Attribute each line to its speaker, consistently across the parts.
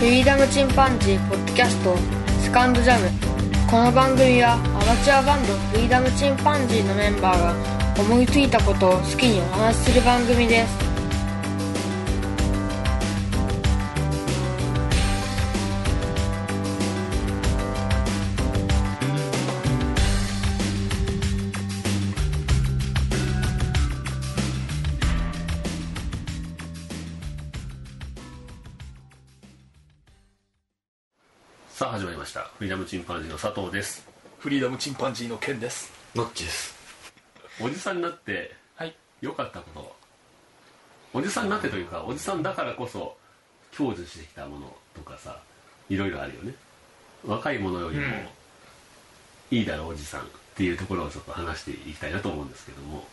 Speaker 1: フリーダムチンパンジーポッドキャストセカンドジャムこの番組はアマチュアバンドフリーダムチンパンジーのメンバーが思いついたことを好きにお話しする番組です
Speaker 2: さあ始まりましたフリーダムチンパンジーの佐藤です
Speaker 3: フリーダムチンパンジーの剣です
Speaker 4: ノッチです
Speaker 2: おじさんになって
Speaker 3: はい
Speaker 2: 良かったことおじさんになってというかおじさんだからこそ享受してきたものとかさいろいろあるよね若いものよりも、いいだろうおじさんっていうところをちょっと話していきたいなと思うんですけども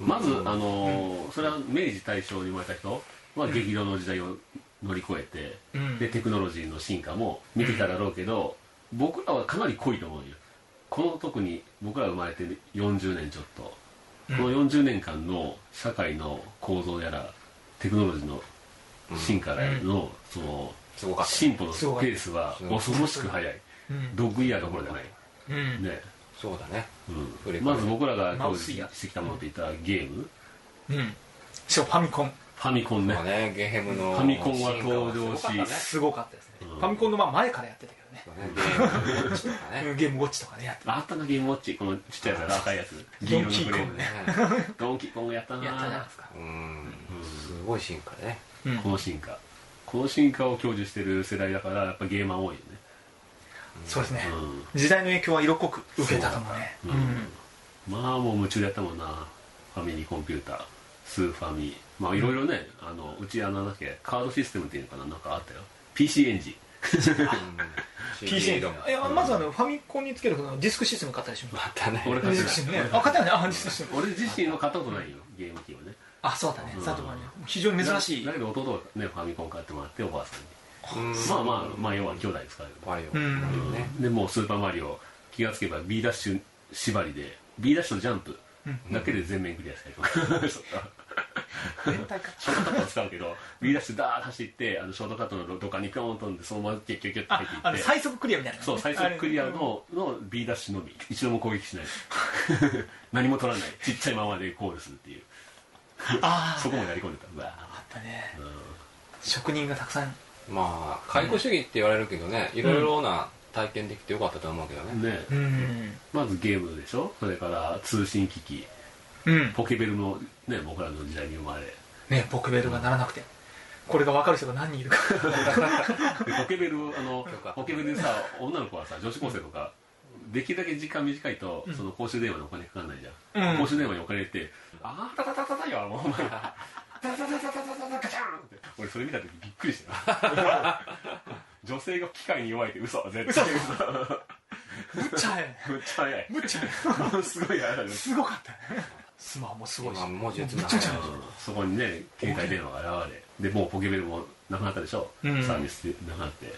Speaker 2: まず、あのーそれは明治大正に生まれた人は激動の時代を乗り越えて、
Speaker 3: うん
Speaker 2: でテクノロジーの進化も見てただろうけど、僕らはかなり濃いと思うよこの特に僕ら生まれて40年ちょっと、この40年間の社会の構造やらテクノロジーの進化やらの、その
Speaker 4: すごかった
Speaker 2: 進歩のペ
Speaker 3: すごかった
Speaker 2: ースは
Speaker 4: すごかった
Speaker 2: 恐ろしく速い
Speaker 3: うん
Speaker 2: ドッグイヤーどころじゃない、
Speaker 3: うん
Speaker 2: ね
Speaker 4: そうだね
Speaker 2: う
Speaker 4: 触れ
Speaker 2: ん、
Speaker 4: 込め
Speaker 2: まず僕らが
Speaker 3: マ
Speaker 2: 当
Speaker 3: ウス
Speaker 2: 時
Speaker 3: イヤー
Speaker 2: してきたものって言ったらゲーム
Speaker 3: うんしかもファミコン
Speaker 2: ファミコンね
Speaker 4: まあねゲームの
Speaker 2: ファミコンは登場し
Speaker 4: 進化はす
Speaker 3: すごかったですね
Speaker 2: うん
Speaker 3: ファミコンのまあ前からやってたけどね
Speaker 4: ごかったねゲームの進化は
Speaker 3: う
Speaker 4: ね
Speaker 3: んゲームウォッチとかねやって
Speaker 2: あったなゲームウォッチこのちっちゃいやつや赤いやつ銀色のフレームねドンキーコングやったな
Speaker 3: やったじゃないですか
Speaker 4: うんすごい進化だ ね
Speaker 3: うん
Speaker 2: この進化この進化を享受してる世代だからやっぱゲーマー多いよね
Speaker 3: そうですね
Speaker 2: うん
Speaker 3: 時代の影響は色濃く受けたかもね
Speaker 2: そうだまあもう夢中でやったもんなファミリーコンピュータースーファミまあいろいろね、あのうちあのなんだっけカードシステムっていうのかななんかあったよ PC エンジン
Speaker 3: PC
Speaker 4: だも
Speaker 3: いやまずあのファミコンにつけるこのディスクシステム買ったりしま
Speaker 4: ますたね
Speaker 2: 俺
Speaker 3: ディスクシステムねあ買ったよねあディスクシステム
Speaker 2: 俺自身は買ったことないよゲーム機はね
Speaker 3: あそうだね
Speaker 2: うん
Speaker 3: 佐藤はね非常に珍しい
Speaker 2: だけど弟はねファミコン買ってもらっておばあさんに
Speaker 4: うん
Speaker 2: まあまあまあ要は兄弟ですから
Speaker 4: マリ
Speaker 3: う
Speaker 4: オ
Speaker 3: ん
Speaker 4: マリオね
Speaker 2: でもうスーパーマリオ気がつけば B ダッシュ縛りで B ダッシュのジャンプだけで全面クリアしたりとかそっか
Speaker 3: 連帯か
Speaker 2: ショートカットを使うけど B ダッシュダーッと走ってあのショートカットの土管にピョーンと飛んでそのままキュッキュッキュッと
Speaker 3: あ
Speaker 2: 入っていって
Speaker 3: あの最速クリアみたいなね
Speaker 2: そう最速クリア
Speaker 3: あれ
Speaker 2: のの B ダッシュのみ一度も攻撃しない何も取らないちっちゃいままでゴールするっていう
Speaker 3: あー
Speaker 2: そこまでやり込んでたうわ
Speaker 3: あったね職人がたくさん
Speaker 4: まあ解雇主義って言われるけどねいろいろな体験できてよかったと思うけどね
Speaker 2: ね
Speaker 3: うん
Speaker 2: まずゲームでしょそれから通信機器
Speaker 3: うん
Speaker 2: ポケベルもね僕らの時代に生まれ
Speaker 3: ねポケベルが鳴らなくてこれが分かる人が何 人いるか
Speaker 2: でポケベルをあの
Speaker 4: そうか
Speaker 2: ポケベルでさ女の子はさ女子高生とかできるだけ時間短いと、その公衆電話にお金かかんないじゃん、
Speaker 3: うん
Speaker 2: 公衆電話にお金入れて「あーたたたたたよもうお前らタタタタタタタタガチャン!」って俺それ見た時びっくりしたよ女性が機械に弱いって嘘絶対嘘
Speaker 3: むっちゃ早い
Speaker 2: めっちゃ早い
Speaker 3: むっちゃ早い
Speaker 2: ものすごい早いよね
Speaker 3: すごかったねスマホもすごいし
Speaker 4: 今文字打つ
Speaker 3: む
Speaker 4: の
Speaker 3: っちゃ早い
Speaker 2: そこにね携帯電話が現れでもうポケベルもなくなったでしょ、
Speaker 3: うん
Speaker 2: サービスでなくなって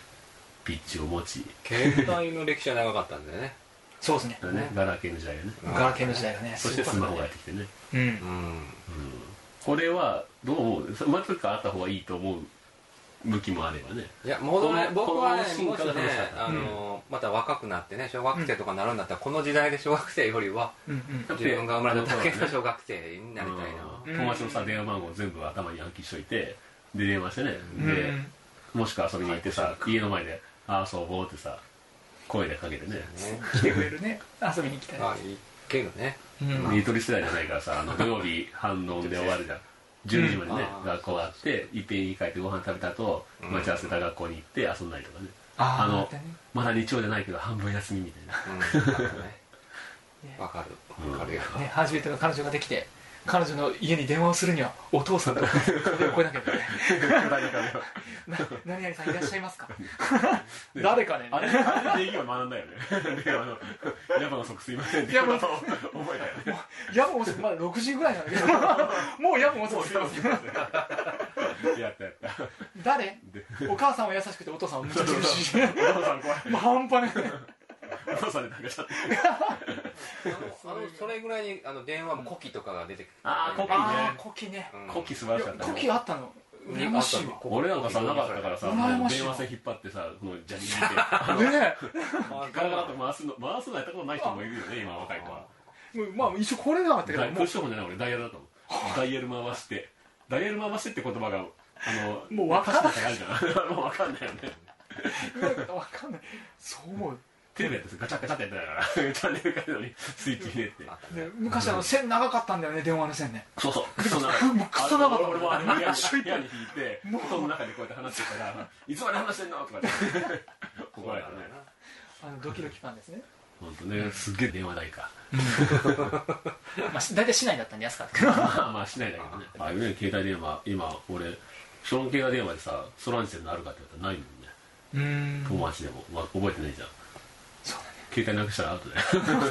Speaker 2: ピッチを持ち
Speaker 4: 携帯の歴史は長かったんだよね
Speaker 3: そうですね
Speaker 2: だねガラケーの時代がね
Speaker 3: ガラケーの時代がね
Speaker 2: そしてスマホがや
Speaker 3: が
Speaker 2: ってきてね
Speaker 3: うん
Speaker 4: うん
Speaker 2: これはどう思う生まれた時からあった方がいいと思う向きもあればね
Speaker 4: いや戻れ
Speaker 2: この
Speaker 4: 僕はね
Speaker 2: この進
Speaker 4: も
Speaker 2: 化
Speaker 4: し
Speaker 2: が
Speaker 4: ね
Speaker 2: 楽しかった
Speaker 4: あの、また若くなってね小学生とかになるんだったら、この時代で小学生よりは
Speaker 3: うんうん
Speaker 2: だって
Speaker 4: 自分が生まれただけ
Speaker 2: そうだ
Speaker 4: の
Speaker 2: ね
Speaker 4: 小学生になりたいな、
Speaker 2: うん友達のさ電話番号全部頭に暗記しといてで電話してね
Speaker 3: う
Speaker 2: で
Speaker 3: ん
Speaker 2: もしくは遊びに行ってさ家の前で「ああそうぼう」ってさ声でかけてね
Speaker 4: ね
Speaker 3: 来てくれるね遊びに来たり
Speaker 4: まあいいけどね
Speaker 3: うん
Speaker 2: ニトリ世代じゃないからさあの土曜日反応で終わるじゃん12時までね
Speaker 4: うん
Speaker 2: 学校あっていっぺんに帰ってご飯食べた後
Speaker 4: うん
Speaker 2: 待ち合わせた学校に行って遊んだりとかね
Speaker 3: あ
Speaker 2: あ
Speaker 3: ー
Speaker 2: の
Speaker 3: あったね
Speaker 2: まだ日曜じゃないけど半分休みみた いな
Speaker 4: うんわかるねわか
Speaker 2: うん
Speaker 4: るわかるよ、
Speaker 3: ね初めての彼女ができて彼女の家に電話をするにはお 父さんとか声だけどねな何々さんいらっしゃいますか誰かね
Speaker 2: あれあれ礼儀は学んだよねであの「ヤバの即すいません」って
Speaker 3: ヤバの
Speaker 2: ことを覚えたよね
Speaker 3: ヤム遅くまだ6時ぐらいなんだけどもうヤム遅くすいません
Speaker 2: やったやった
Speaker 3: 誰
Speaker 2: で
Speaker 3: お母さんは優しくてお父さんはむちゃくちゃ優しい
Speaker 2: お 父さん怖い
Speaker 3: もう半端ない
Speaker 2: お父さんでなんかちゃって
Speaker 4: あのあのそれぐらいにあの電話もコキとかが出てくる
Speaker 2: あーコキね
Speaker 3: ああコキね
Speaker 4: うん
Speaker 2: コキ素晴らしかった
Speaker 3: コキあったの
Speaker 4: に
Speaker 3: 羨
Speaker 4: あ
Speaker 3: ま
Speaker 4: っ
Speaker 3: したいわ
Speaker 2: 俺なんかさなかったからさ
Speaker 3: 羨ましいわ
Speaker 2: もう電話線引っ張ってさこのジャリジャリであの
Speaker 3: ね
Speaker 2: ガラガラと回すの回すのやったことない人もいるよね今若い子は
Speaker 3: えもうまあ一緒来れなかったけど
Speaker 2: ダイ
Speaker 3: も
Speaker 2: プ
Speaker 3: う
Speaker 2: ッシュホンじゃない俺ダイヤルだと思うダイヤル回してダイヤル回してって言葉があの
Speaker 3: もうわかんない
Speaker 2: 歌詞とにあるじゃんもう分かんないよね
Speaker 3: 分かんないそう思う
Speaker 2: テレビやってさガチャガチャってやってたからチャンネル変えるのにスイッチひねって
Speaker 3: ね、昔あの線長かったんだよね電話の線ね
Speaker 2: そうそうクソ長い
Speaker 3: もうクソ長かった
Speaker 2: あ俺もあれ部屋
Speaker 3: なん
Speaker 2: に
Speaker 3: か一緒いっ
Speaker 2: 部屋に引いて布団の中でこうやって話してたら「いつまで話してんの?」とかって怒られたね
Speaker 3: あのドキドキ感ですね、
Speaker 2: 本当ねすっげえ電話代 か
Speaker 3: まあ、し大体市内だったんで安かったけど
Speaker 2: まあまあしないだけどねああいうね携帯電話今俺ショーン携帯電話でさソランチェルのあるかって言ったらないもんね
Speaker 3: うーん
Speaker 2: 友達でも、まあ、覚えてないじゃん
Speaker 3: そう
Speaker 2: 携帯なくしたらアウトだよ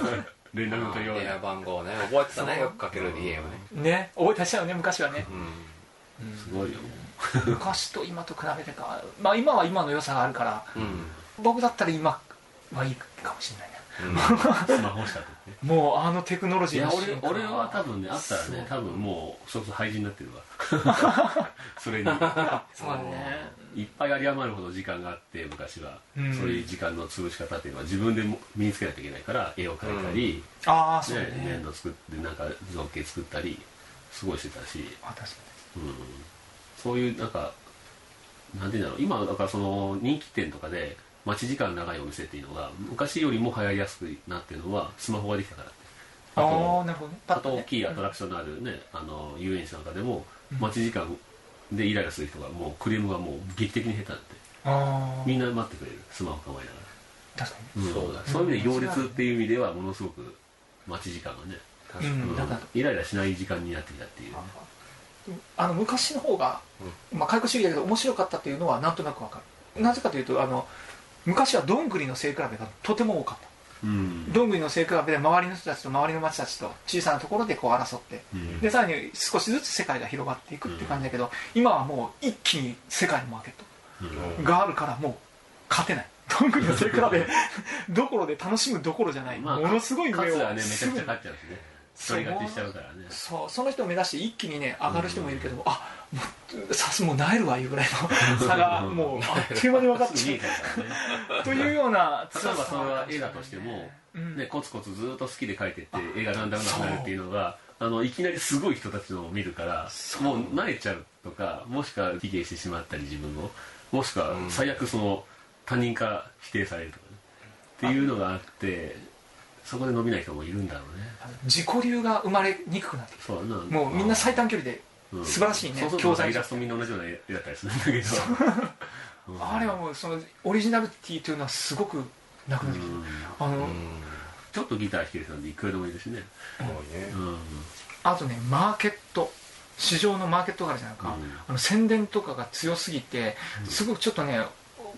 Speaker 2: 連絡の取りようがな
Speaker 4: 電
Speaker 2: い
Speaker 4: 話番号ね覚えてたねよくかける DM ね
Speaker 3: だねね覚えたしたよね昔はね
Speaker 4: うん
Speaker 2: すごいよ
Speaker 3: 昔と今と比べてかまあ今は今の良さがあるから
Speaker 4: うん
Speaker 3: 僕だったら今はいいかもしれないね
Speaker 4: うん
Speaker 2: スマホしたとね
Speaker 3: もうあのテクノロジ
Speaker 2: い
Speaker 3: ー
Speaker 2: や
Speaker 3: の
Speaker 2: 俺俺は多
Speaker 3: 分
Speaker 2: 分ねあったらね
Speaker 3: そ
Speaker 2: 多分もうそれこそ廃人になってるわ それに
Speaker 3: そうだね
Speaker 2: いっぱい有り余るほど時間があって昔は、
Speaker 3: うん
Speaker 2: そういう時間の潰し方っていうのは自分でも身につけなきゃいけないから絵を描いたり、
Speaker 3: ああそうだ
Speaker 2: ね
Speaker 3: ね
Speaker 2: 粘土作ってなんか造形作ったり過ごしてたし、
Speaker 3: あ確か
Speaker 2: うん、そういうなんかなんていうんだろう今だからその人気店とかで待ち時間長いお店っていうのが昔よりも流行りやすくなってるのはスマホができたからあ
Speaker 3: に
Speaker 2: と
Speaker 3: ああなるほどね
Speaker 2: あと大きいア
Speaker 3: ね
Speaker 2: トラクションのあるね、あの遊園地なんかでも待ち時間でイライラする人がもうクレームがもう劇的に減ったんで
Speaker 3: あ
Speaker 2: みんな待ってくれるスマホ構えなが、
Speaker 3: あ確から
Speaker 2: そうだそういう意味で行列っていう意味ではものすごく待ち時間がね、
Speaker 3: にう
Speaker 2: うん
Speaker 3: んだから
Speaker 2: イライラしない時間になってきたっていうね、
Speaker 3: あの昔の方が、まあ、回復主義だけど面白かったっていうのはなんとなくわかるなぜかというとあの昔はどんぐりの背比べがとても多かった
Speaker 2: うん
Speaker 3: どんぐりの背比べで周りの人たちと周りの町たちと小さなところでこう争って
Speaker 2: うん
Speaker 3: でさらに少しずつ世界が広がっていくっていう感じだけど、今はもう一気に世界のマーケッ
Speaker 2: うん
Speaker 3: トがあるからもう勝てないどんぐりの背比べどころで楽しむどころじゃない、
Speaker 2: まあ
Speaker 3: ものすごい上を
Speaker 2: 勝つはねめちゃ
Speaker 3: 進
Speaker 2: く
Speaker 3: む
Speaker 2: ちゃ勝っちゃうしね
Speaker 3: そう
Speaker 2: 一人勝ちしちゃうからね
Speaker 3: そうその人を目指して一気にね上がる人もいるけども、あもうさすもうなえるわいうぐらい の差がもうあっという間に分かっ
Speaker 2: すぐ
Speaker 3: ち
Speaker 2: 見
Speaker 3: ゃ
Speaker 2: えちゃうからね
Speaker 3: うというような
Speaker 2: 例えばそれは絵だとしても、
Speaker 3: うん
Speaker 2: ね、コツコツずっと好きで描いてって絵がだんだん上手くなるっていうのがあのいきなりすごい人たちのを見るからもう慣れちゃうとかもしくは否定してしまったり自分をもしくは
Speaker 4: うん
Speaker 2: 最悪その他人から否定されるとかねっていうのがあってそこで伸びない人もいるんだろうね
Speaker 3: あの自己流が生まれにくくなってき
Speaker 2: そうだな
Speaker 3: てもうみんな最短距離で、
Speaker 2: うん
Speaker 3: 素晴らしいね
Speaker 2: そうすると
Speaker 3: 教
Speaker 2: また
Speaker 3: 材
Speaker 2: イラストみんな同じような絵だったりするんだけどうん
Speaker 3: あれはもうそのオリジナリティというのはすごくなく
Speaker 2: う
Speaker 3: なってきて、
Speaker 2: ん
Speaker 3: あの、
Speaker 4: うん
Speaker 2: ちょっとギター弾ける人なんでいくらでもいるしね
Speaker 4: すごいね
Speaker 2: うん
Speaker 3: あとねマーケット市場のマーケットがあるじゃないか、
Speaker 2: うん
Speaker 3: あの宣伝とかが強すぎてすごくちょっとね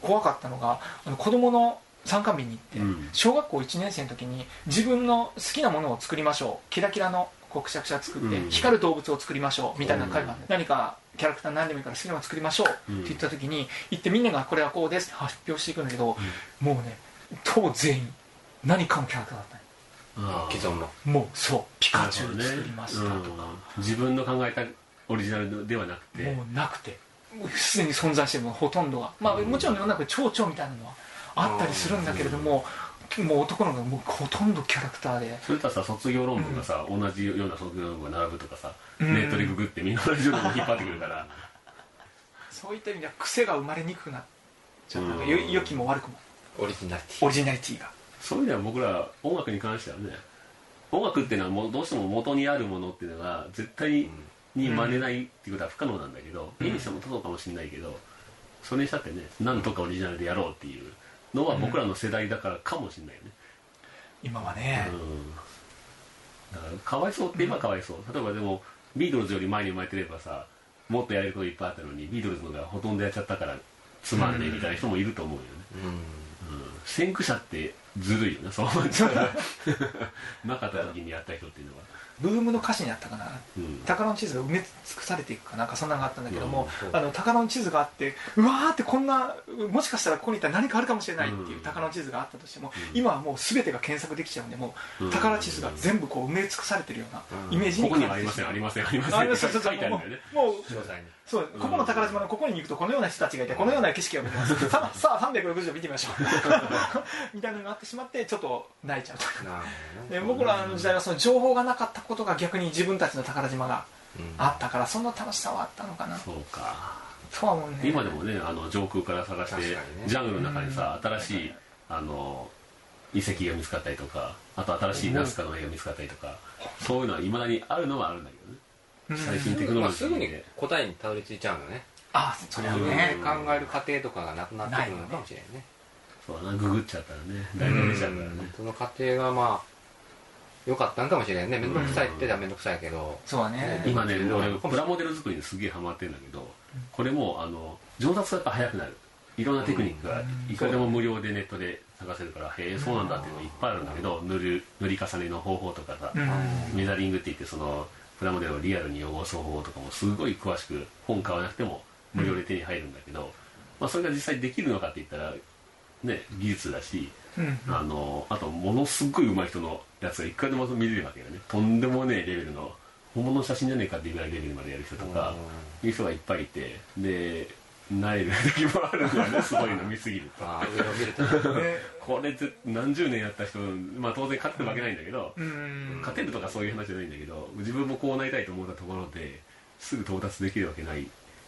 Speaker 3: 怖かったのがあの子供の参観日に行って、
Speaker 2: うん
Speaker 3: 小学校1年生の時に自分の好きなものを作りましょうキラキラのこうくしゃくしゃ作って、
Speaker 2: うん
Speaker 3: 光る動物を作りましょうみたいな会話、
Speaker 2: うん
Speaker 3: 何かキャラクター何でもいいから好きなもの作りましょうって
Speaker 2: うん
Speaker 3: 言った時に行ってみんながこれはこうですって発表していくんだけど、もうね党全員何かのキャラクターだったね
Speaker 2: あー
Speaker 4: 既存の
Speaker 3: もうそうピカチュウ作りましたとか、
Speaker 2: うん自分の考えたオリジナルではなくて
Speaker 3: もうなくてもうすでに存在してるものほとんどが、まあ、もちろん世の中に蝶々みたいなのはあったりするんだけれども、もう男の子がもうほとんどキャラクターで
Speaker 2: それとはさ卒業論文がさ、同じような卒業論文が並ぶとかさ、
Speaker 3: うん
Speaker 2: ネットでググってみんな同じようなの引っ張ってくるから
Speaker 3: そういった意味では癖が生まれにくくなっちゃった
Speaker 2: うん
Speaker 3: よ良きも悪くも
Speaker 4: オリジナリティ
Speaker 3: オリジナリティが
Speaker 2: そういう意味では僕ら音楽に関してはね音楽っていうのはもうどうしても元にあるものっていうのが絶対に真似ないっていうことは不可能なんだけど、いいにしてもそうかもしれないけどそれにしたってねなんとかオリジナルでやろうっていうのは僕らの世代だからかもしれないよね、
Speaker 3: 今はね、
Speaker 2: うんだからかわいそうって言えばかわいそう、例えばでもビートルズより前に生まれてればさもっとやれることいっぱいあったのにビートルズのがほとんどやっちゃったからつまんねえみたいな人もいると思うよね、
Speaker 4: うん
Speaker 2: うん先駆者ってずるいよねそう思っちゃうなかった時にやった人っていうのは、
Speaker 3: ブームの歌詞にあったかな
Speaker 2: うん
Speaker 3: 宝の地図が埋め尽くされていくかなんかそんなのがあったんだけども、
Speaker 4: うん
Speaker 3: あの宝の地図があってうわーってこんなもしかしたらここにいたら何かあるかもしれないっていう
Speaker 2: うん
Speaker 3: 宝の地図があったとしても、
Speaker 2: うん
Speaker 3: 今はもう全てが検索できちゃうんでも
Speaker 2: う
Speaker 3: うん宝地図が全部こう埋め尽くされてるようなイメージ
Speaker 2: こ
Speaker 3: に
Speaker 2: こにはあり
Speaker 3: て
Speaker 2: ま
Speaker 3: し
Speaker 2: せん
Speaker 3: ま
Speaker 2: あ
Speaker 3: う
Speaker 2: りませんありま
Speaker 3: あ
Speaker 2: せん
Speaker 3: り
Speaker 2: って
Speaker 3: ます
Speaker 2: 書いてあるんだよね
Speaker 3: もうもう
Speaker 4: 詳細に
Speaker 3: そうここの宝島のここに行くとこのような人たちがいてこのような景色を見てますさあさあ360度見てみましょうみたいなのがあってしまってちょっと泣いちゃうと
Speaker 4: なるほど
Speaker 3: で
Speaker 4: ね
Speaker 3: 僕らの時代はその情報がなかったことが逆に自分たちの宝島が
Speaker 4: うん
Speaker 3: あったからその楽しさはあったのかな
Speaker 2: そうか
Speaker 3: そうはもうね
Speaker 2: 今でもねあの上空から探して、
Speaker 4: 確かにね
Speaker 2: ジャングルの中にさ新しいあの遺跡が見つかったりとかあと新しいナスカの絵が見つかったりとかそういうのはいまだにあるのはあるんだけどね
Speaker 3: うん
Speaker 2: 最近テクノ
Speaker 4: ま
Speaker 2: ロ
Speaker 4: あ
Speaker 2: ジ
Speaker 4: す
Speaker 2: ー
Speaker 4: ぐ
Speaker 2: なん
Speaker 4: に
Speaker 2: で
Speaker 4: 答えにたどり着いちゃうのね
Speaker 3: あそれは
Speaker 4: 自分
Speaker 3: ね
Speaker 4: で考える過程とかがなくなってくるのかもしれないね
Speaker 2: そうだなググっちゃったらねだいぶ出ちゃうからね
Speaker 4: その過程がまあ良かったんかもしれないね面倒くさいって言ったら面倒くさいけど
Speaker 3: そうはね
Speaker 4: うん
Speaker 2: 今ね俺プラモデル作りにすげえハマってるんだけどこれもあの上達がやっぱ早くなるいろんなテクニックがいくらでも無料でネットで探せるからへえそうなんだっていうのいっぱいあるんだけど塗る塗り重ねの方法とかさ
Speaker 3: うん
Speaker 2: メザリングって言ってそのプラモデルをリアルに汚す方法とかもすごい詳しく本買わなくても無料で手に入るんだけど、まあ、それが実際できるのかって言ったらね技術だし
Speaker 3: うん
Speaker 2: あのあとものすごい上手い人のやつがいくらでも見れるわけだよねとんでもねえレベルの本物の写真じゃねえかっていうぐらいレベルまでやる人とかいう人がいっぱいいてで慣れる時もあるんだよ ねすごいの見すぎると
Speaker 4: まあ上を見るとね
Speaker 3: ね
Speaker 2: これって何十年やった人、まあ、当然勝ってるわけないんだけど、
Speaker 3: うん
Speaker 2: 勝てるとかそういう話じゃないんだけど自分もこうなりたいと思ったところですぐ到達できるわけない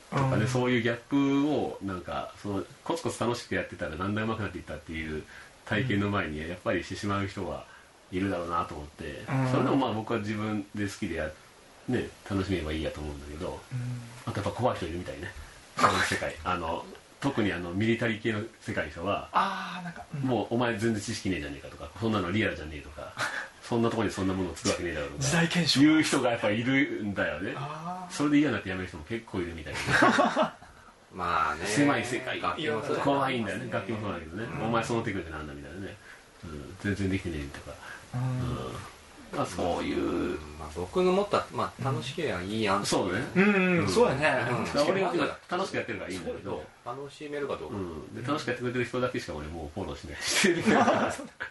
Speaker 2: とかね、
Speaker 3: うん
Speaker 2: そういうギャップをなんかそのコツコツ楽しくやってたらだんだん上手くなっていったっていう体験の前にやっぱりしてしまう人はいるだろうなと思って、
Speaker 3: ん
Speaker 2: それでもまあ僕は自分で好きでや、ね、楽しめばいいやと思うんだけどあとやっぱ怖い人いるみたいねこの世 界あの特にあのミリタリー系の世界の人は
Speaker 3: ああなんかうん
Speaker 2: もうお前全然知識ねえじゃねえかとかそんなのリアルじゃねえとかそんなところにそんなものつくわけねえだろう と
Speaker 3: 時
Speaker 2: か
Speaker 3: 代検証
Speaker 2: 言う人がやっぱいるんだよね
Speaker 3: あ
Speaker 2: それで嫌になってやめる人も結構いるみたいで
Speaker 4: まあね
Speaker 2: 狭い世界
Speaker 4: 楽器もそうだけど
Speaker 2: 怖いんだよね楽器もそうだけどね、お前そのテクニックなんだみたいなね、うん、全然できてねえとか、
Speaker 3: あうん
Speaker 2: まあ、そういう
Speaker 4: まあ僕の持ったまあ楽しければいいやん
Speaker 2: そうね、
Speaker 3: うん、
Speaker 2: うん
Speaker 3: そうだね、
Speaker 4: うん
Speaker 2: だから俺は今楽しくやってるからいいんだけど
Speaker 4: 楽しめるかどう
Speaker 2: う
Speaker 4: か
Speaker 2: ん、で楽しくやってくれてる人だけしか俺もうフォローしないしてる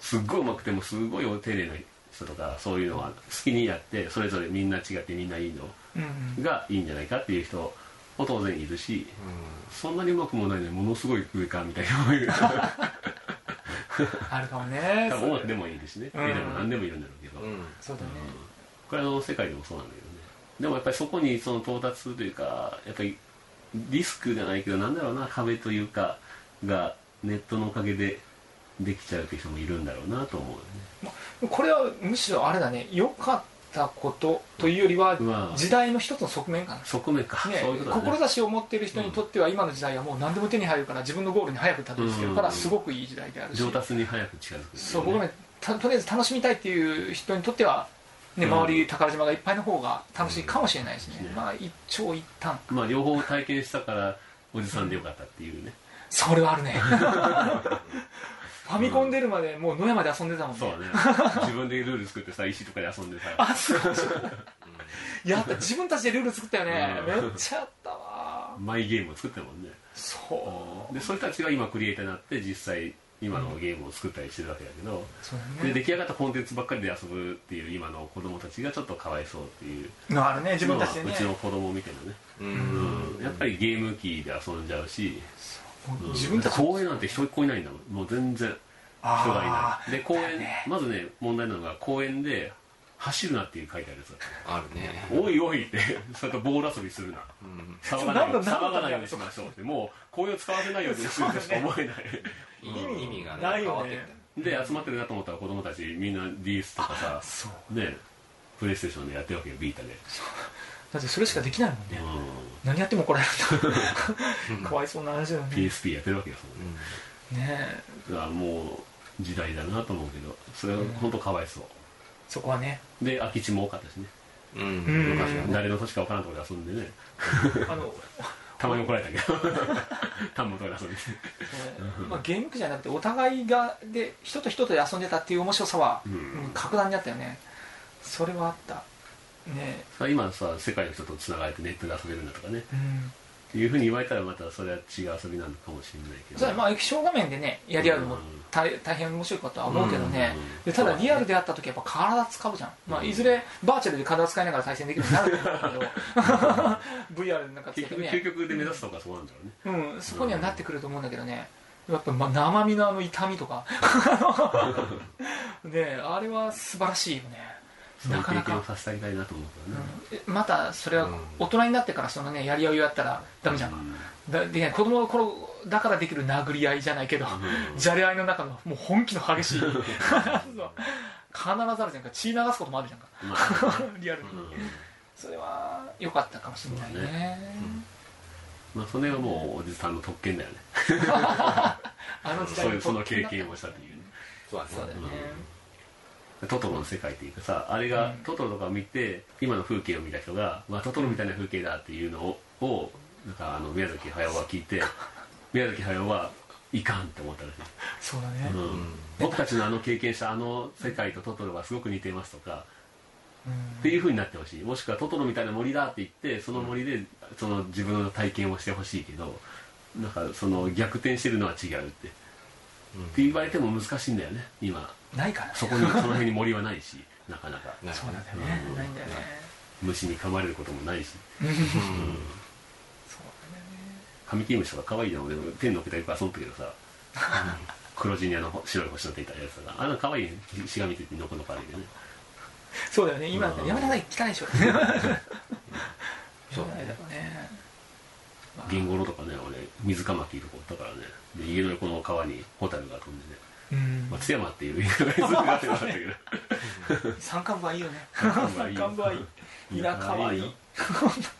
Speaker 2: すっごいうまくてもすごいお丁寧な人とかそういうのは好きにやってそれぞれみんな違ってみんないいの
Speaker 3: うん
Speaker 2: がいいんじゃないかっていう人も当然いるしそんなにうまくもないのにものすごい空間みたいな思いが
Speaker 3: あるかもね
Speaker 2: 多分音楽でもいいですね
Speaker 3: うん
Speaker 2: 絵でも何でもいるんだろうけど、
Speaker 4: うんうん
Speaker 3: そうだね
Speaker 2: これはあの世界でもそうなんだけどねでもやっぱりそこにその到達するというかやっぱりリスクじゃないけどなんだろうな壁というかがネットのおかげでできちゃうっていう人もいるんだろうなと思うよね
Speaker 3: これはむしろあれだね良かったことというよりは
Speaker 2: うわ
Speaker 3: 時代の一つの側面かな
Speaker 2: 側面か、
Speaker 3: ね
Speaker 2: そういうことだね
Speaker 3: 志を持っている人にとっては今の時代はもう何でも手に入るから自分のゴールに早くたどり着けるから
Speaker 2: うん
Speaker 3: すごくいい時代であるし、
Speaker 2: 上達に早く近づくっていね
Speaker 3: そう僕もねたとりあえず楽しみたいっていう人にとっては、ね
Speaker 2: うん
Speaker 3: 周り宝島がいっぱいの方が楽しいかもしれないしね、
Speaker 2: うん
Speaker 3: まあ一長一短
Speaker 2: まあ両方体験したからおじさんでよかったって いうね、
Speaker 3: それは あるねファミコン出るまでもう野山で遊んでたもんね
Speaker 2: そうね自分でルール作ってさ石とかで遊んでさ
Speaker 3: あすごいやった自分たちでルール作ったよね、
Speaker 2: うん
Speaker 3: めっちゃやったわ
Speaker 2: マイゲームを作ったもんね
Speaker 3: そう
Speaker 2: でそういう人たちが今クリエイターになって実際今のゲームを作ったりしてるわけだけど、
Speaker 3: そうだ
Speaker 2: で
Speaker 3: ね
Speaker 2: 出来上がったコンテンツばっかりで遊ぶっていう今の子供たちがちょっとかわいそうっていう
Speaker 3: のあるね自分たちで
Speaker 2: ま
Speaker 3: ね
Speaker 2: あうちの子供みたいなね、
Speaker 4: うん
Speaker 2: うんやっぱりゲーム機で遊んじゃうし、
Speaker 3: も
Speaker 2: う
Speaker 3: うん自分たち
Speaker 2: 公園なんて人一個いないんだもんもう全然人がい
Speaker 3: あ
Speaker 2: ないで公園、
Speaker 3: だね
Speaker 2: まずね問題なのが公園で走るなっていう書いてあるやつだった
Speaker 4: あるね
Speaker 2: おいおいってそれとボール遊びするな
Speaker 4: うん
Speaker 2: 騒がないように
Speaker 3: 何の
Speaker 2: 騒がないようにしましょうってもう公園を使わせないようにするとしか思えない
Speaker 4: 意味意味がね
Speaker 3: ない
Speaker 4: 変
Speaker 3: よ
Speaker 4: わっ
Speaker 3: ね
Speaker 4: てきた
Speaker 2: で集まってるなと思ったら子供たちみんな DS とかさ
Speaker 3: そう
Speaker 2: ねプレイステーションでやってるわけよビータで、
Speaker 3: だってそれしかできないもんね
Speaker 2: う
Speaker 3: 何やっても怒られ るんだかわいそうな話だよ
Speaker 2: ん、
Speaker 3: ね
Speaker 2: PSP やってるわけよ
Speaker 4: うん
Speaker 3: ねえ
Speaker 2: だからもう時代だなと思うけどそれは本当かわいそう、
Speaker 3: そこは ね
Speaker 2: で空き地も多かったしね
Speaker 4: うん
Speaker 3: うん
Speaker 4: 昔はね
Speaker 2: 誰の土地か分からんところで遊んでね
Speaker 3: あの、
Speaker 2: たまに怒られたけど田んぼとかで遊んで
Speaker 3: まあ、ゲーム機じゃなくてお互いがで人と人とで遊んでたっていう面白さは、
Speaker 2: うん
Speaker 3: うん格段にあったよねそれはあったね
Speaker 2: さ今さ世界の人とつながれてネットで遊べるんだとかね
Speaker 3: えうん
Speaker 2: いうふうに言われたらまたそれは違う遊びなのかもしれないけど
Speaker 3: それはまあ液晶画面でねやり合うのも
Speaker 2: うん
Speaker 3: 大大変面白いかとは思うけどね、
Speaker 2: うんうん
Speaker 3: でただリアルで会った時やっぱ体使うじゃん、まあ、いずれバーチャルで体使いながら対戦できるようになると 思 うけど VR でなんかつけ
Speaker 2: 結
Speaker 3: て
Speaker 2: 局
Speaker 3: ね
Speaker 2: 究極で目指すとかそうなんだろうね
Speaker 3: うん、そこにはなってくると思うんだけどね、やっぱ、ま、生身のあの痛み とか、ね、あれは素晴らしいよね、
Speaker 2: そうい
Speaker 3: な
Speaker 2: う
Speaker 3: か
Speaker 2: 経
Speaker 3: な
Speaker 2: 験を
Speaker 3: か、
Speaker 2: させてあげたいなと思う
Speaker 3: う
Speaker 2: からね
Speaker 3: んえまたそれは
Speaker 4: うん
Speaker 3: 大人になってからその、ね、やり合いをやったらダメじゃん、 だでね子供の頃だからできる殴り合いじゃないけど、
Speaker 2: う
Speaker 3: じゃれ合いの中のもう本気の激しい、そう必ずあるじゃんか、血流すこともあるじゃんか、
Speaker 2: んまあ
Speaker 3: リアルに、
Speaker 2: うん
Speaker 3: それは良かったかもしれないね。
Speaker 2: そうだまあそれはもうおじさんの特権だよね
Speaker 3: あの時代
Speaker 2: そういうその経
Speaker 3: 特権だ
Speaker 2: 験
Speaker 3: っ
Speaker 2: をしたっていうね
Speaker 4: そうだね
Speaker 3: たそうだよね、
Speaker 2: トトロの世界っていうかさあれがトトロとかを見て今の風景を見た人が、まあ、トトロみたいな風景だっていうのををなんかあの宮崎駿は聞いて宮崎駿はいかんって思ったらしい
Speaker 3: そうだね、
Speaker 2: うん僕たちのあの経験したあの世界とトトロはすごく似てますとか、っていうふうになってほしいもしくはトトロみたいな森だって言ってその森でその自分の体験をしてほしいけどなんかその逆転してるのは違うって、
Speaker 4: うん
Speaker 2: って言われても難しいんだよね今
Speaker 3: ないからね
Speaker 2: そこにその辺に森はないし なかなか
Speaker 4: ね
Speaker 3: そうなんだよね、ないんだよね
Speaker 2: 虫に噛まれることもないし
Speaker 3: そうなんだよね
Speaker 2: カミキリムシとか可愛いじゃん俺天の下よく遊んだけどさ黒地にあの白い星のついたやつとかあの可愛いねしがみついてのこのこあるよね
Speaker 3: そうだよね今だったらやめなさい汚いでしょやめなさい
Speaker 4: そうだ
Speaker 3: だ
Speaker 4: ね
Speaker 3: ろうね
Speaker 2: ゲンゴロとかね俺水かまきいる子だからねで家の横の川にホタルが飛んでね、
Speaker 3: うん
Speaker 2: まあ、津山っていう犬がいるんだってなか ったけど
Speaker 3: 山間部はいいよね
Speaker 2: 山間部はいい
Speaker 3: 山間部はいい田舎はい
Speaker 2: 田舎はいい
Speaker 3: い
Speaker 2: よ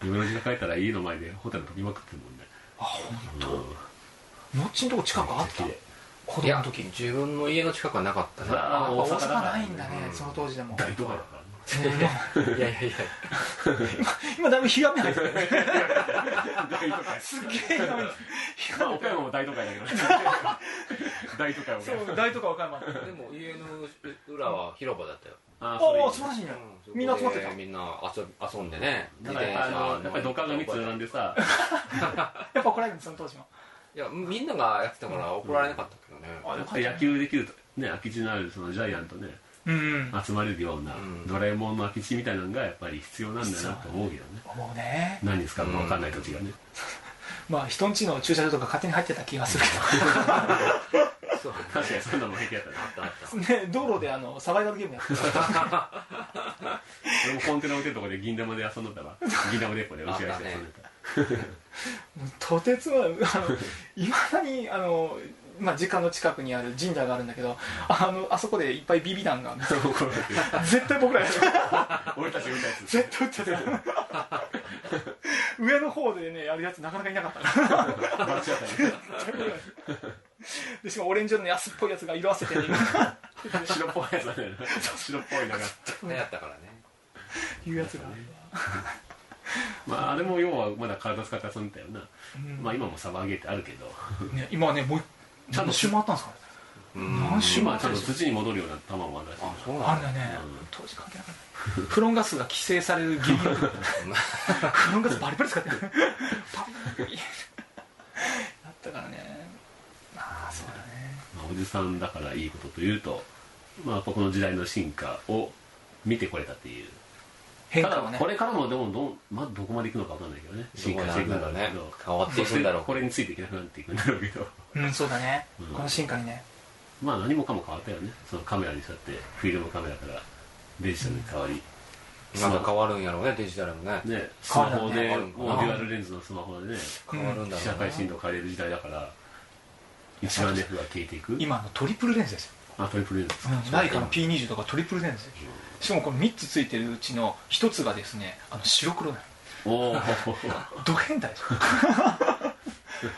Speaker 2: 夢の時間帰ったら家の前でホタル飛びまくってるもんね
Speaker 3: あほん
Speaker 2: うん
Speaker 3: のっちんとこ近くあっ
Speaker 2: 綺
Speaker 3: た
Speaker 2: 麗
Speaker 3: 子
Speaker 4: い
Speaker 3: 供の
Speaker 4: や
Speaker 3: 時に
Speaker 4: 自分の家の近くはなかったな
Speaker 3: あ
Speaker 2: あー
Speaker 3: 大
Speaker 2: 大阪だ
Speaker 3: 阪
Speaker 2: から
Speaker 3: ない
Speaker 2: ね
Speaker 3: んだね
Speaker 4: うん
Speaker 3: その当時でも
Speaker 2: 大都会だからね
Speaker 3: ね
Speaker 4: いやいやいや
Speaker 3: 今だいぶ日が目入ってるね
Speaker 2: 大都会
Speaker 3: すっげえ日が目日
Speaker 2: まあ
Speaker 3: が
Speaker 2: 岡山も大都会だけどね 大都会岡
Speaker 3: 目
Speaker 2: 山
Speaker 3: そう大とか和歌山あ
Speaker 4: でも家の裏は広場だったよ
Speaker 2: あ
Speaker 3: あ素晴
Speaker 2: そ
Speaker 3: らしいね
Speaker 4: うん
Speaker 3: みんな集まってた
Speaker 4: そこでみんな遊び遊んでね
Speaker 2: だからやっぱあのやっぱり土管が三つ並んでさ
Speaker 3: やっぱ怒られるのその当時も
Speaker 4: いやみんながやってたから怒られなかったけどね、
Speaker 3: あよかった
Speaker 2: 野球できるとね空き地のあるそのジャイアントね
Speaker 3: うん
Speaker 2: 集まれるような、
Speaker 4: うん
Speaker 2: ドラえもんの空き地みたいなのがやっぱり必要なんだなと思うけどね
Speaker 3: 思うね
Speaker 2: 何に使うか分かんない時がね、
Speaker 3: まあ人んちの駐車場とか勝手に入ってた気がする
Speaker 4: そうあ
Speaker 2: 確かにそんなもん平気やったな
Speaker 4: ったあっ た
Speaker 3: けどね道路であのサバイバルゲームやってた
Speaker 2: 俺もコンテナ置いてるとこで銀玉で遊んどったら銀玉でっこで打ち合いして遊んでた
Speaker 3: もうとてつもないいまだにあの、まあ、実家の近くにある神社があるんだけどあのあそこでいっぱいビビ弾が
Speaker 2: 怒られてる
Speaker 3: 絶対僕ら やる
Speaker 2: 俺たちが打ったやつ
Speaker 3: 絶対撃ってた上の方でねやるやつなかなかいなかった ね
Speaker 2: バチ当た
Speaker 3: でしかもオレンジ色の安っぽいやつが色あせてね
Speaker 2: り白っぽいやつだね白っぽいのが
Speaker 4: 流行ったからね
Speaker 3: いうやつが、
Speaker 2: まああれも要はまだ体使って遊んでたよな、
Speaker 3: うん
Speaker 2: まあ今もサバゲーってあるけど
Speaker 3: ね、今はねもう
Speaker 2: ちゃんと
Speaker 3: 何周回ったんですかね
Speaker 4: うん
Speaker 3: 何周
Speaker 2: 今
Speaker 3: 回
Speaker 2: は
Speaker 3: っ
Speaker 2: ちょっと
Speaker 3: たんですか
Speaker 2: 土に戻るような球もあるらしい
Speaker 4: あそう
Speaker 3: あ
Speaker 4: な
Speaker 3: れ
Speaker 4: んだ
Speaker 3: だね、
Speaker 2: うん
Speaker 3: 当時関係なかったフロンガスが規制され るギリギリフロンガスバリバリ使ってるパリバリだったからねまあそうだね
Speaker 2: まあ、おじさんだからいいことというと、まあ、やっぱこの時代の進化を見てこれたっていう
Speaker 3: 変化は
Speaker 2: ただ
Speaker 3: ね
Speaker 2: これからもでもどん、まあ、どこまでいくのか分かんないけどね進化していくんだろうけど
Speaker 4: どこなんだろうね変わっていくんだろ
Speaker 2: そ
Speaker 4: う
Speaker 2: してこれについていけなくなっていくんだろうけど
Speaker 3: うんそうだね、
Speaker 2: うん
Speaker 3: この進化にね
Speaker 2: まあ何もかも変わったよねそのカメラにしたってフィルムカメラからデジタルに変わり、
Speaker 4: まだ変わるんやろうねデジタルもね
Speaker 2: ね、スマホで、
Speaker 4: 変わるね
Speaker 2: もうデュアルレンズのスマホでね
Speaker 4: 変わるんだ
Speaker 2: 被写
Speaker 4: ろうな
Speaker 2: 界深度を変えれる時代だから一眼レフが消えていく
Speaker 3: 今のトリプルレンズですよ、
Speaker 2: あトリプルレンズですか、
Speaker 3: ライカの P20 とかトリプルレンズですよしかもこの3つついてるうちの1つがですねあの白黒なの
Speaker 2: おお
Speaker 3: ド変態でしょ
Speaker 4: パーフ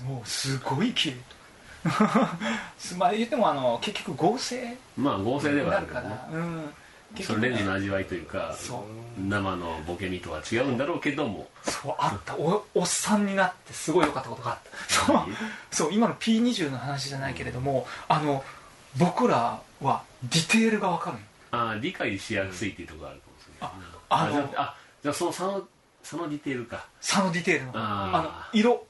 Speaker 4: ェ
Speaker 3: もうすごい綺麗 とすまあ言ってもあの結局合成
Speaker 2: まあ合成で
Speaker 3: に
Speaker 2: は
Speaker 3: な
Speaker 2: あ
Speaker 3: る
Speaker 2: るけど
Speaker 3: か
Speaker 2: ね
Speaker 3: ら、うん結
Speaker 2: その
Speaker 3: 局
Speaker 2: レ
Speaker 3: ね
Speaker 2: ンズの味わいというか
Speaker 3: そう
Speaker 2: 生のボケ身とは違うんだろうけども
Speaker 3: そうあったおおっさんになってすごい良かったことがあった そうそう今の P20 の話じゃないけれどもあの僕らはディテールが分かるの
Speaker 2: あー理解しやすいっていうところがあるかもしれないな
Speaker 3: ああの
Speaker 2: じゃああじゃあその差の差のディテールか
Speaker 3: 差のディテールの
Speaker 2: あー
Speaker 3: あの色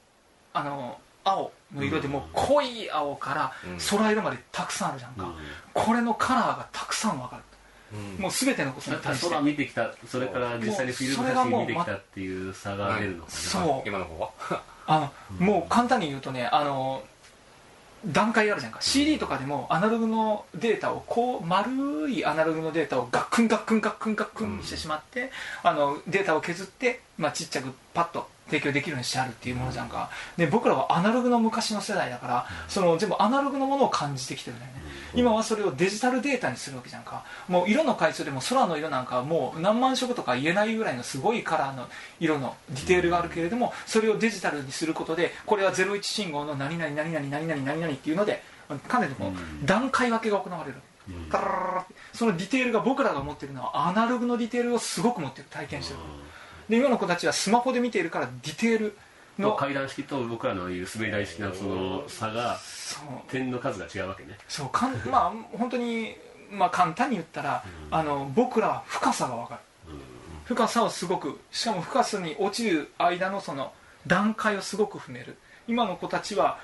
Speaker 3: あの青の色でも濃い青から
Speaker 4: うん
Speaker 3: 空色までたくさんあるじゃんか、これのカラーがたくさん分かる
Speaker 4: うん
Speaker 3: もう全てのこと
Speaker 2: だ
Speaker 3: に
Speaker 2: った
Speaker 3: 対
Speaker 2: ら
Speaker 3: して
Speaker 2: 空見てきたそれから実際にフィルム写真見てきたっていう差が出るのかな
Speaker 3: そう
Speaker 4: 今の方は
Speaker 3: あのもう簡単に言うとねあの段階あるじゃんか CD とかでもアナログのデータをこう丸いアナログのデータをガックンガックンガックンガックンにしてしまって、あのデータを削って、まあ、ちっちゃくパッと提供できるようにしてあるっていうものじゃんか、で僕らはアナログの昔の世代だからその全部アナログのものを感じてきてるんだよね今はそれをデジタルデータにするわけじゃんかもう色の階数でも空の色なんかはもう何万色とか言えないぐらいのすごいカラーの色のディテールがあるけれどもそれをデジタルにすることでこれは01信号の何々何々何々何々っていうのでかなりこ
Speaker 2: うん
Speaker 3: う段階分けが行われる
Speaker 2: うん
Speaker 3: タララララってそのディテールが僕らが持ってるのはアナログのディテールをすごく持ってる体験してるで今の子たちはスマホで見ているからディテール
Speaker 2: の
Speaker 3: の
Speaker 2: 階段式と僕らのいう滑り台式のその差が
Speaker 3: そう
Speaker 2: 点の数が違うわけね
Speaker 3: そうかんまあ本当にまあ簡単に言ったら、あの僕らは深さが分かる深さをすごくしかも深さに落ちる間のその段階をすごく踏める今の子たちは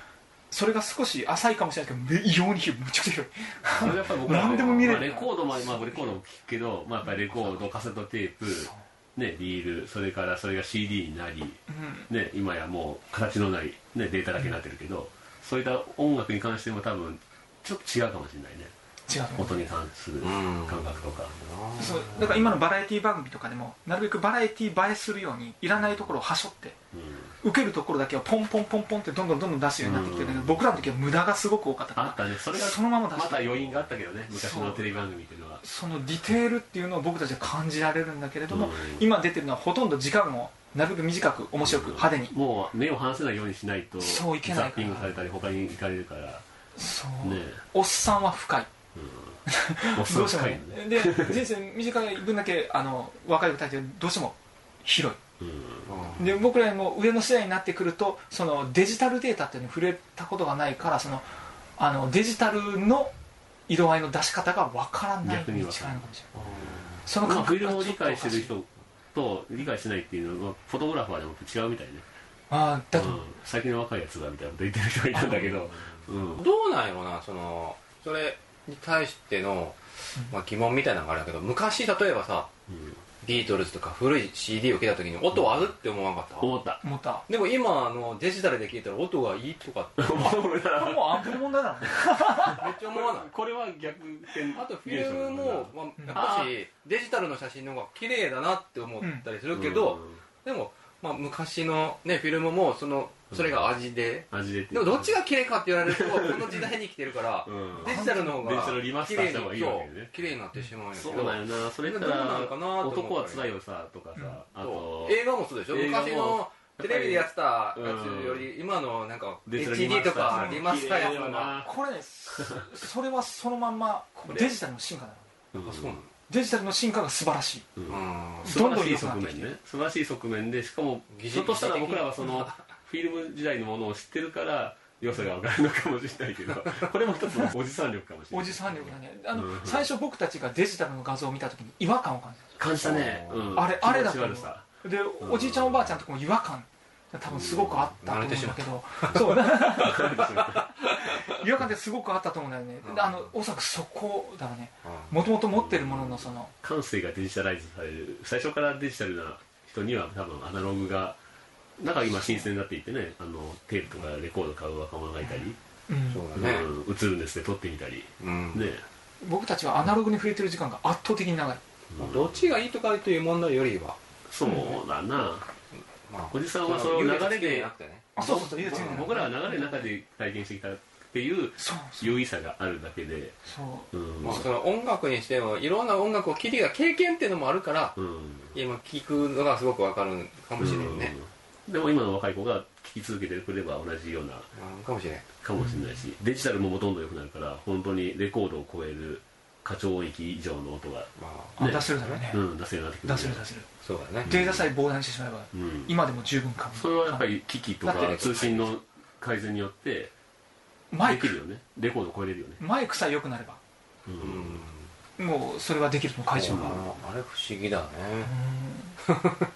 Speaker 3: それが少し浅いかもしれないけどめ異様に広いむちゃくちゃ広い
Speaker 2: それやっぱり僕ら
Speaker 3: 何でも見れる
Speaker 2: まあレコードまでまあレコードも聞くけどまあやっぱりレコードカセットテープねリールそれからそれが CD になり
Speaker 3: うん
Speaker 2: ね、今やもう形のない、ね、データだけになってるけど、そういった音楽に関しても多分ちょっと違うかもしれないね
Speaker 3: 違うと思う
Speaker 2: 音に関する
Speaker 4: うん
Speaker 2: 感覚とか、
Speaker 3: そうだから今のバラエティ番組とかでもなるべくバラエティ映えするようにいらないところをはしょって
Speaker 2: うん
Speaker 3: 受けるところだけをポンポンポンポンってどんどんどんどん出すようになってきてるんだけど
Speaker 2: うん
Speaker 3: 僕らの時は無駄がすごく多かったから
Speaker 2: あったねそれが
Speaker 3: そのまま出した
Speaker 2: また余韻があったけどね昔
Speaker 3: そ
Speaker 2: の
Speaker 3: う
Speaker 2: テレビ番組っていうのは
Speaker 3: そのディテールっていうのを僕たちは感じられるんだけれども、
Speaker 2: うん
Speaker 3: 今出てるのはほとんど時間をなるべく短く面白く派手に、
Speaker 2: もう目を離せないようにしないと
Speaker 3: そういけないから
Speaker 2: ザッピングされたり他に行かれるから
Speaker 3: そう
Speaker 2: ね
Speaker 3: おっさんは深い
Speaker 2: もうす
Speaker 3: ど
Speaker 2: ご
Speaker 3: う
Speaker 2: い
Speaker 3: しても
Speaker 2: 深い
Speaker 3: ね
Speaker 2: よね
Speaker 3: で人生短い分だけあの若い子たちはどうしても広
Speaker 2: うん
Speaker 3: いで僕らよりも上の世代になってくるとそのデジタルデータっていうのに触れたことがないからそのあのデジタルの色合いの出し方がわからない
Speaker 2: 逆に
Speaker 3: に
Speaker 2: わか
Speaker 3: 近
Speaker 2: ら
Speaker 3: い
Speaker 2: ない
Speaker 3: のかもしれないその
Speaker 2: まあ
Speaker 3: 感
Speaker 2: フ
Speaker 3: 覚
Speaker 2: ィル
Speaker 3: が
Speaker 2: ムを
Speaker 3: ちょ
Speaker 2: 理
Speaker 3: っとお
Speaker 2: 解
Speaker 3: かし
Speaker 2: してる人と理解しないっていうのはフォトグラファーでも違うみたいね、
Speaker 3: ああ
Speaker 2: う
Speaker 3: だと、
Speaker 2: ん、最近の若いやつだみたいなこと言ってる人がいたんだけど、うん、
Speaker 4: どうなんやろなそのそれに対しての、まあ、疑問みたいなのがあるんだけど昔例えばさ
Speaker 2: うん
Speaker 4: ビートルズとか古い CD を聴いた時に音はあるって思わなかった、
Speaker 2: 思った
Speaker 3: 思った
Speaker 4: でも今あのデジタルで聴いたら音がいいとかって
Speaker 3: これもうアンプの問題なのね
Speaker 4: めっちゃ思わない
Speaker 2: これは逆転
Speaker 4: あとフィルムも、まあ、やっぱしデジタルの写真の方が綺麗だなって思ったりするけど、でも、まあ、昔の、ね、フィルムもそのそれが味で、
Speaker 2: うん味で
Speaker 4: でもどっち
Speaker 2: が
Speaker 4: が綺麗かって言われるとこの時代に生きてるから、
Speaker 2: うん
Speaker 4: デジタルの方
Speaker 2: デジタ
Speaker 4: が
Speaker 2: ルリマス
Speaker 4: 綺
Speaker 2: ター
Speaker 4: 麗
Speaker 2: した方がいいわけ
Speaker 4: にそう
Speaker 2: ね
Speaker 4: 綺麗になってしまうんやけ
Speaker 2: そうだよ
Speaker 4: ど
Speaker 2: なそれった
Speaker 4: どうな
Speaker 2: ら
Speaker 4: のかなと思ったり
Speaker 2: 男はつらいよさとかさあ
Speaker 4: そ
Speaker 2: と
Speaker 4: う映画もそうでしょ
Speaker 2: 映画も
Speaker 4: 昔のテレビでやってたやつより今のなんか HD とかリマスターやつの方が
Speaker 3: これねそそれはそのまんま
Speaker 4: れ
Speaker 3: デジタルの進化なの
Speaker 2: うん
Speaker 4: あそうなの
Speaker 3: デジタルの進化が素晴らしい
Speaker 4: うん
Speaker 2: 素晴らしい
Speaker 3: どんどん良くな
Speaker 2: 側
Speaker 3: ってき
Speaker 2: 面
Speaker 3: て
Speaker 2: ね素晴らしい側面でしかも
Speaker 4: 疑似
Speaker 2: ひょっとしたら
Speaker 4: 疑似
Speaker 2: 僕
Speaker 4: 的な
Speaker 2: らはそのフィルム時代のものを知ってるから良さが分かるのかもしれない けどこれも一つのおじさん力かもしれ
Speaker 3: お
Speaker 2: ない
Speaker 3: じさん力がねあの、
Speaker 2: うん
Speaker 3: 最初僕たちがデジタルの画像を見た時に違和感を感じ
Speaker 2: 感じたねうん
Speaker 3: あれあれだと思う
Speaker 2: 気持ち悪さ
Speaker 3: たでおじいちゃんおばあちゃんとかも違和感多分すごくあったと思うんだけど、そう 違和感ってすごくあったと思うんだよね、であのおそらくそこだろうねもともと持ってるもののその
Speaker 2: 感性がデジタライズされる最初からデジタルな人には多分アナログがなんか今新鮮になっていってねあのテープとかレコード買う若者がいたり、
Speaker 3: うん
Speaker 4: そうだね
Speaker 2: うん、映るんですね撮ってみたり
Speaker 4: うん
Speaker 2: ね
Speaker 3: 僕たちはアナログに触れてる時間が圧倒的に長い
Speaker 4: どっちがいいとかという問題よりは
Speaker 2: そうだな
Speaker 4: ま
Speaker 2: おじさんはその流れで
Speaker 4: なくてね
Speaker 3: あそうそうそう言うて
Speaker 2: 僕らは流れの中で体験してきたっていう
Speaker 3: そうそう
Speaker 2: 優位さがあるだけで
Speaker 3: そう
Speaker 2: うん
Speaker 4: まあその音楽にしてもいろんな音楽を聴いてきた経験っていうのもあるから
Speaker 2: うん
Speaker 4: 今聴くのがすごくわかるかもしれんね
Speaker 2: うんでも今の若い子が聞き続けてくれば同じような
Speaker 4: うんかもしれん
Speaker 2: かもしれないし、デジタルもどんどん良くなるから本当にレコードを超える過調域以上の音が、
Speaker 4: まあ
Speaker 3: あ
Speaker 2: ね
Speaker 3: 出せるだろうね、
Speaker 2: うん、出せるようになってくる
Speaker 3: 出せる出せる
Speaker 4: そうだね
Speaker 3: データさえ膨大にしてしまえば、
Speaker 2: うん、
Speaker 3: 今でも十分か
Speaker 2: それはやっぱり機器と
Speaker 4: だって
Speaker 2: か
Speaker 4: ね
Speaker 2: 通信の改善によって
Speaker 3: マイ
Speaker 2: でき
Speaker 3: ク
Speaker 2: るよねレコードを超えれるよね、
Speaker 3: マイクさえ良くなれば
Speaker 2: うん
Speaker 4: うん
Speaker 3: もうそれはできるの会場が
Speaker 4: あれ不思議だね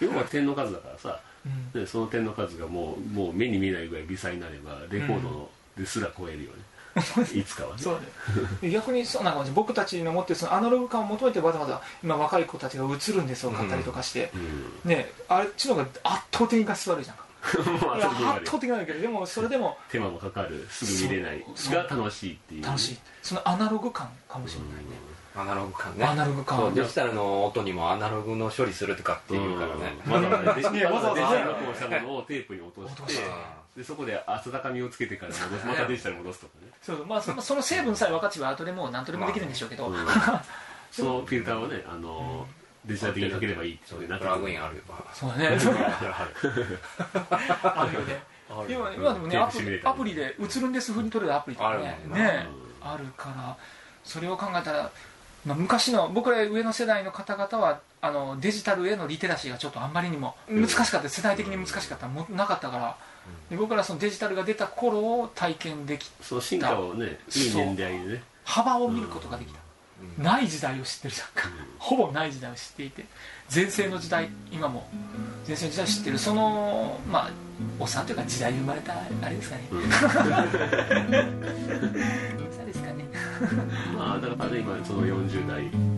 Speaker 2: 要は点の数だからさ
Speaker 3: うんうん
Speaker 2: でその点の数がもうもう目に見えないぐらい微細になればレコードのですら超えるよね、いつかはね
Speaker 3: そうね逆にそうなんかもしれない僕たちの持ってるそのアナログ感を求めてわざわざ今若い子たちが映るんですを買ったりとかして、
Speaker 2: うん
Speaker 3: ねあっちの方が圧倒的にガス悪いじゃんか
Speaker 2: まあ
Speaker 3: い
Speaker 2: そ
Speaker 3: や
Speaker 2: ういうのもある
Speaker 3: 圧
Speaker 2: よ
Speaker 3: 倒的なんだけどでもそれでも
Speaker 2: 手間もかかるすぐ見れない
Speaker 3: そう
Speaker 2: が楽しいっていう
Speaker 3: 楽しいそのアナログ感かもしれないね、
Speaker 4: アナログ感ね
Speaker 3: アナログ感
Speaker 4: そうデジタルの音にもアナログの処理するとかっていうからね
Speaker 2: うんまだまだデジ
Speaker 3: いやわざわざ
Speaker 2: タル録音したものをテープに落として
Speaker 3: 落として
Speaker 2: でそこで温かみをつけてから戻すまたデジタルに戻すとかね
Speaker 3: そうまあそのその成分さえ分かっちば後でもう何とでもできるんでしょうけど、
Speaker 2: うんそのフィルターをねあのデジタル的にかければいいって
Speaker 4: そう
Speaker 2: こ
Speaker 4: い
Speaker 2: と
Speaker 4: う
Speaker 2: になってく
Speaker 4: プラ
Speaker 2: る
Speaker 4: グインあるよ
Speaker 3: そうだね あるよ ね
Speaker 4: ある
Speaker 3: 今今でもね
Speaker 2: うん
Speaker 3: ア
Speaker 2: テープ
Speaker 3: プ
Speaker 2: シミュレー
Speaker 3: リ
Speaker 2: ター
Speaker 3: アプリで映るんです風に撮れるアプリとかね
Speaker 4: あるもんな
Speaker 3: ねあるからそれを考えたら、まあ、昔の僕ら上の世代の方々はあのデジタルへのリテラシーがちょっとあんまりにも難しかった、世代的に難しかったもなかったから、で僕らそのデジタルが出た頃を体験でき
Speaker 2: その進化をねいい年代でね
Speaker 3: 幅を見ることができた、
Speaker 4: うん
Speaker 3: ない時代を知ってるじゃんか、ほぼない時代を知っていて前世の時代今も前世の時代を知ってるそのまあお産というか時代に生まれたあれですかね
Speaker 2: うん
Speaker 3: そうですかね
Speaker 2: まあだからね今その40代